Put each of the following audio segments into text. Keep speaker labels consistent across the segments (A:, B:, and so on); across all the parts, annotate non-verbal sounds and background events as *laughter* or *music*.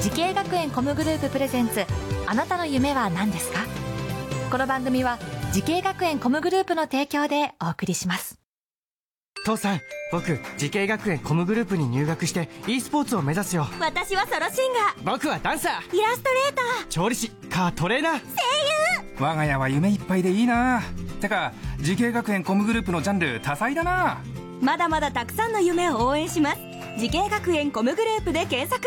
A: 時系学園コムグループプレゼンツあなたの夢は何ですかこの番組は時系学園コムグループの提供でお送りします
B: 父さん僕慈恵学園コムグループに入学して e スポーツを目指すよ
C: 私はソロシンガー
B: 僕はダンサー
C: イラストレータ
B: 調理師カートレーナー
D: 我が家は夢いっぱいでいいなてか慈恵学園コムグループのジャンル多彩だな
C: ーまだまだたくさんの夢を応援します時系学園コムグループで検索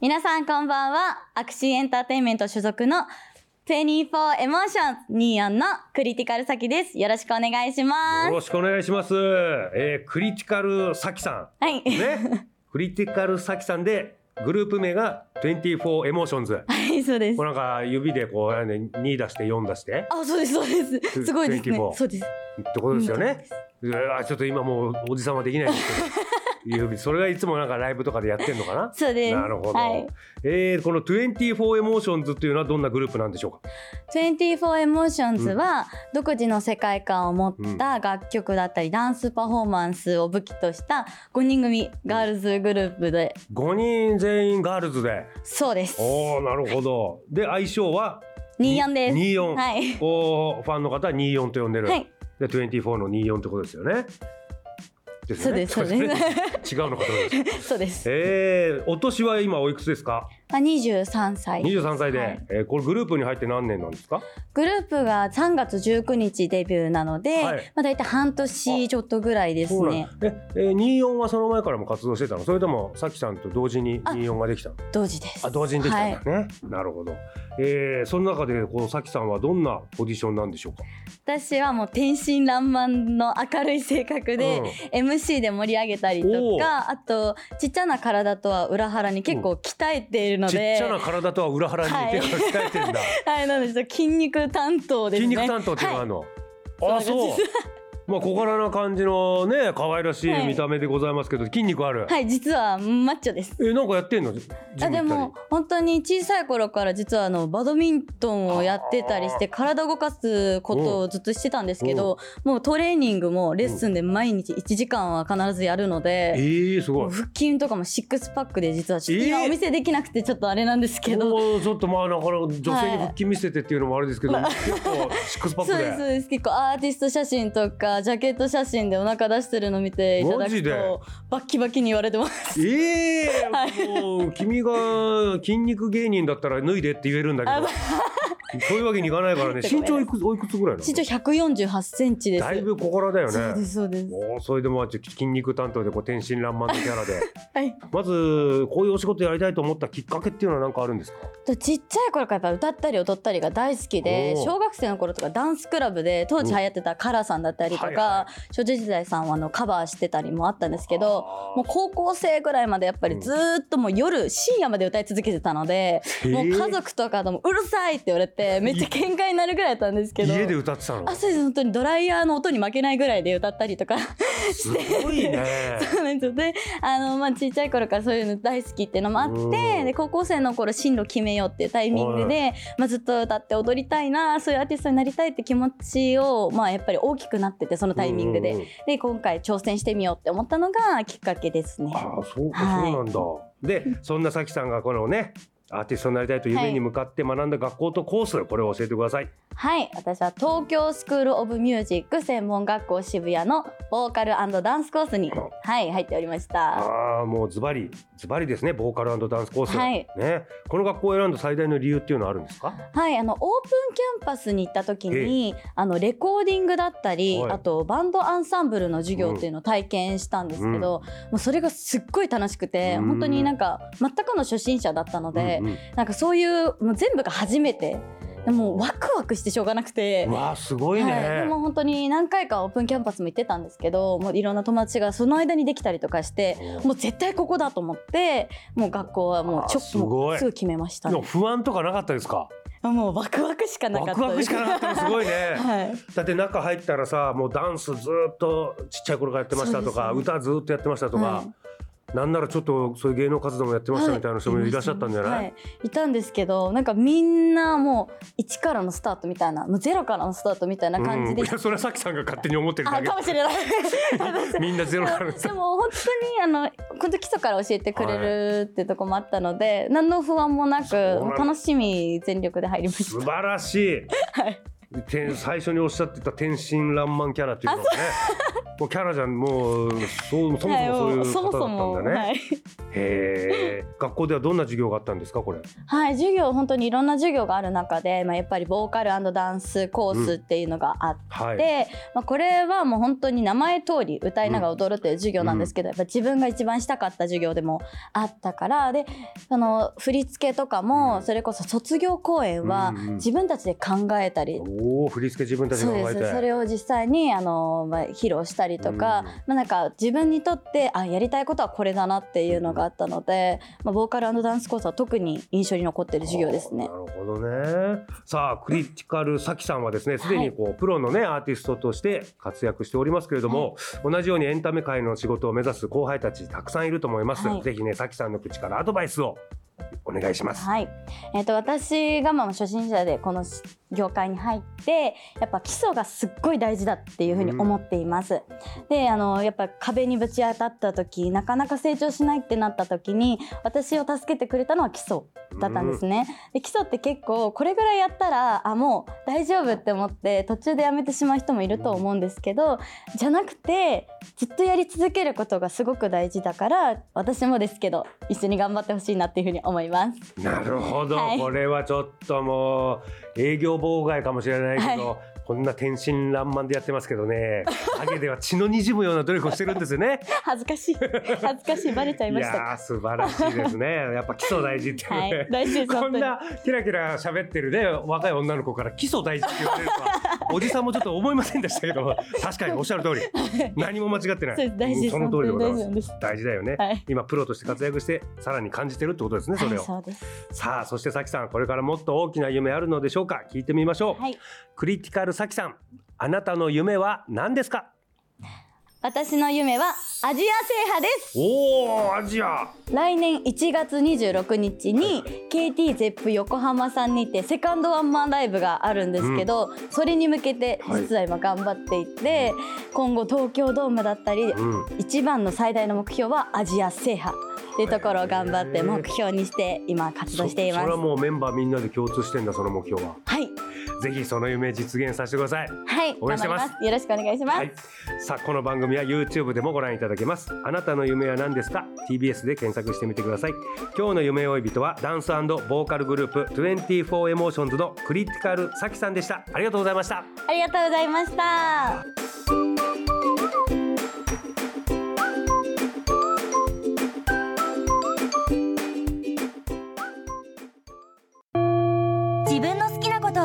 E: 皆さんこんばんは。アクシーエンターテインメント所属の24エモーションニーアンのクリティカルサキです。よろしくお願いします
F: よ。ろしくお願いします。えークリティカルサキさ
E: はい。
G: *laughs*
F: ん。ね。クリティカルサキさんで、グループ名が24エモーションズ。
E: はい、そうです
F: こう。なんか指でこう、ね、2出して4出して。
E: あ、そうです、そうです。すごいですね
F: 24。
E: そうです。
F: ってことですよね。うわちょっと今もうおじさんはできないんですけ
G: *laughs*
F: ど。指それがいつもなんかライブとかでやってんのかな
E: そうです。
F: なるほど、
E: はい。
F: えーこの24エモーションズっていうのはどんなグループなんでしょうか
E: 24エモーションズは独自の世界観を持った楽曲だったりダンスパフォーマンスを武器とした5人組ガールズグループで
F: 5人全員ガールズで
E: そうです
F: おおなるほどで相性は
E: 24です
F: 24、
E: はい
F: こうファンの方は24と呼んでる、
E: はい *laughs*
F: で24の24ってことですよね。で。
E: そうですそうです
F: *laughs* 違うのかと思いました。
E: そうです
F: えー、お年は今おいくつですか？
E: あ23歳
F: 二十三歳で、
E: はい
F: えーこれグループに入って何年なんですか？
E: グループが3月19日デビューなので、
F: はい
E: まあ、大体半年ちょっとぐらいです
F: そうなん
E: ね
F: です。え、えー、24はその前からも活動してたの？それともさきさんと同時に
E: あ
F: 24ができたの？
E: 同時です
F: あ、同時にできたん
E: はい
F: だね。なるほど。えー、その中でこうさきさんはどんなポジションなんでしょうか？
E: 私はもう天真爛漫の明るい性格で、MC で盛り上げたりと
F: おー
E: かあとちっちゃな体とは裏腹に結構鍛えている
F: う
E: の
F: ん、ちっ
E: で、
F: ちゃな体とは裏腹
E: は
F: に
E: い
F: 結構鍛えてるんだ。
E: はい *laughs* なのでちょっと筋肉担当です
F: 筋
E: ね
F: 肉担当っていうのがあるの、あ
E: そう
F: そう
E: *laughs*
F: まあ小柄な感じのね可愛らし
E: はいい
F: 見た目でございますけど、筋肉ある、
E: はい実はマッチョです
F: えなんかやってんのジム
E: あで
F: 行っ
E: も
F: た
E: 本当に小さい頃から実はあのバドミントンをやってたりして体動かすことをずっとしてたんですけど、もうトレーニングもレッスンで毎日1時間は必ずやるの
F: り
E: で、
F: えー、す
E: も
F: ごいう
E: 腹筋とかもシックスパックで実はちょっと
F: え
E: 今
F: ー
E: お見せできなくてちょっとあれなんですけど、
F: もうちょっとまあなかなか女性に腹筋見せてっていうのもあれですけど、結構シックスパック
E: *laughs* そう
F: で
E: ですそうです結構アーティスト写真とかジャケット写真でお腹出してるの見ていただ
F: マジ
E: く
F: で
E: とバッキバキに言われてます
F: ええーもう君が筋肉芸人だったら脱いでって言えるんだけどそういうわけにいかないからね
E: はい
F: 身長いくつおいくつぐらいなの
E: 身長148センチです
F: だいぶ小柄だよね
E: そうですそうです
F: おーそれでもあちょ筋肉担当でこう天真爛漫のキャラ
E: *laughs*
F: で、
E: はい
F: まずこういうお仕事やりたいと思ったきっかけっていうのは何かあるんですか
E: とちっちゃい頃からやっぱ歌ったり踊ったりが大好きで
F: おー
E: 小学生の頃とかダンスクラブで当時流行ってたカラさんだったりと
F: はいは
E: か少女時代さんはあのカバーしてたりもあったんですけど
F: あー
E: もう高校生ぐらいまでやっぱりずーっともう夜深夜まで歌い続けてたので
F: へー
E: もう家族とかでもうるさいって言われてめっちゃ喧嘩になるぐらいだったんですけど。
F: 家で歌ってたの
E: あそうです本当にドライヤーの音に負けないぐらいで歌ったりとか
F: すごいね
E: *laughs* そうなんですよであの、まあ、ちっちゃい頃からそういうの大好きっていうのもあって
F: うん
E: で高校生の頃進路決めようっていうタイミングで、まあ、ずっと歌って踊りたいなそういうアーティストになりたいって気持ちを、まあ、やっぱり大きくなっててそのタイミング
F: うんうんう
E: で
F: ん
E: で今回挑戦してみようって思ったのがきっかけですね。
F: ああそうか、
E: はい
F: そうなんだでそんなさきさんがこのねアーティストになりたいと夢に向かって学んだ学校とコースこれを教えてください
E: はい私は東京スクール・オブ・ミュージック専門学校渋谷のボーカルダンスコースに、はい、入っておりました。
F: ああもうズバリズバリですねボーカルダンスコース、
E: はい
F: ねこの学校を選んだ最大の理由っていうのはあるんですか
E: はい、あのオープンキャンパスに行った時にあのレコーディングだったり、
F: はい
E: あとバンドアンサンブルの授業っていうのを体験したんですけど、もうそれがすっごい楽しくて、
F: うん
E: 本当になんか全くの初心者だったので、
F: うんうん
E: なんかそういうもう全部が初めてでもワクワクしてしょうがなくて
F: う。わあすごい
E: はい、で
F: ね。
E: も本当に何回かオープンキャンパスも行ってたんですけどもういろんな友達がその間にできたりとかしてもう絶対ここだと思ってもう学校はもうちょ
F: あーすごい
E: もうすぐ決めました
F: でも
E: ね
F: 不安とかなかったですか。
E: もうワクワクしかなか
F: ワ
E: った
F: クワクしかなかったのすごいね。
E: *laughs* はい、
F: だって中入ったらさもうダンスずーっとちっちゃい頃からやってましたとか、
E: そうです
F: 歌ずーっとやってましたとか、
E: は
F: なんならちょっとそういう芸能活動もやってましたみたいな人も
E: はい
F: らっしゃったんじゃない、
E: はい、いたんですけどなんかみんなもう一からのスタートみたいなもうゼロからのスタートみたいな感じで、
F: うんいやそれはさきさんが勝手に思ってるだ
E: あ
F: け
E: かもしれない
F: みんなゼロか
E: *laughs*
F: ら
E: でも本当にあの本当基礎から教えてくれるってとこもあったので、何の不安もなく
F: そうなんだ
E: 楽しみ全力で入りまし
F: 素
E: た。
F: 晴らしい、て最初におっしゃってた天真爛漫キャラっていうのもねもうキャラじゃんもうそうそもそもそういう
E: はいもうそもそ
F: 方だったん
E: も
F: だね、
E: はい、
F: へえ学校ではどんな授業があったんですかこれ
E: はい、授業本当にいろんな授業がある中で、まあ、やっぱりボーカルダンスコースっていうのがあって。
F: はい
E: でまあ、これはもう本当に名前通り歌いながら踊るという授業なんですけど、やっぱ自分が一番したかった授業でもあったからでその振り付けとかもそれこそ卒業公演は
F: うんうん
E: 自分たちで考えたり
F: おお振り付け自分たち
E: そ
F: が
E: う
F: 考
E: で
F: え
E: すそ
F: て
E: れを実際にあの、まあ、披露したりとか、
F: うん
E: まあ、なんか自分にとってあやりたいことはこれだなっていうのがあったので、まあ、ボーカルダンスコースは特に印象に残ってる授業ですね
F: な。るほどねさあクリティカルさきさんはですねすでにこう、プロのねアーティストとして活躍しておりますけれども、同じようにエンタメ界の仕事を目指す後輩たちたくさんいると思います、
E: はい
F: ぜひねさきさんの口からアドバイスをお願いします、
E: はい、えっと私がまあ初心者でこのし業界に入ってやっぱ基礎がすっごい大事だっていうふうに思っています。であのやっぱ壁にぶち当たった時なかなか成長しないってなった時に私を助けてくれたのは基礎だったんですね。で基礎って結構これぐらいやったらあもう大丈夫って思って途中でやめてしまう人もいると思うんですけどじゃなくてずっとやり続けることがすごく大事だから私もですけど一緒に頑張ってほしいなっていうふうに思います。
F: なるほど、
E: はい
F: これはちょっともう営業妨害かもしれないけど、こんな天真爛漫でやってますけどね陰では血の滲むような努力をしてるんです
E: *laughs*
F: よね
E: 恥ずかしい恥ずかしいバレちゃい
F: い
E: ましたか
F: やー素晴らしいですねやっぱ基礎大事っていう
E: は
F: ね、
E: い大事です
F: こ
E: 本
F: ん
E: 当に
F: なキラキラ喋ってるね若い女の子から基礎大事って言われる
E: *laughs*
F: とはおじさんもちょっと思いませんでしたけど確かにおっしゃる通り何も間違ってない
E: そうです大事です
F: その通りでございま
E: 本当に大事なんですす
F: 大事だよね、
E: はい
F: 今プロとして活躍してさらに感じてるってことですねそ
E: は
F: れ
E: い
F: を、
E: そうです
F: さあそしてさきさんこれからもっと大きな夢あるのでしょうか聞いてみましょう、
E: はい
F: クリティカルさきさんあなたの夢は何ですか
E: 私の夢はアジア制覇です
F: おーアジア
E: 来年1月26日に KT ゼップ横浜さんにてセカンドワンマンライブがあるんですけど、それに向けて実は今頑張っていて、今後東京ドームだったり、
F: うん
E: 一番の最大の目標はアジア制覇っていうところを頑張って目標にして今活動してい
F: そ
E: ます
F: それはもうメンバーみんなで共通してんだその目標は
E: はい
F: ぜひその夢実現させてください
E: はい
F: 応
E: 頑
F: 援
E: 張
F: して
E: り
F: ます
E: ますよろしくお願いします、
F: はい、さあこの番組は YouTube でもご覧いただけますあなたの夢は何ですか TBS で検索してみてください今日の夢追い人はダンスボーカルグループ24エモーションズのクリティカルさきさんでしたありがとうございました
E: ありがとうございました
C: 自分の好きなこと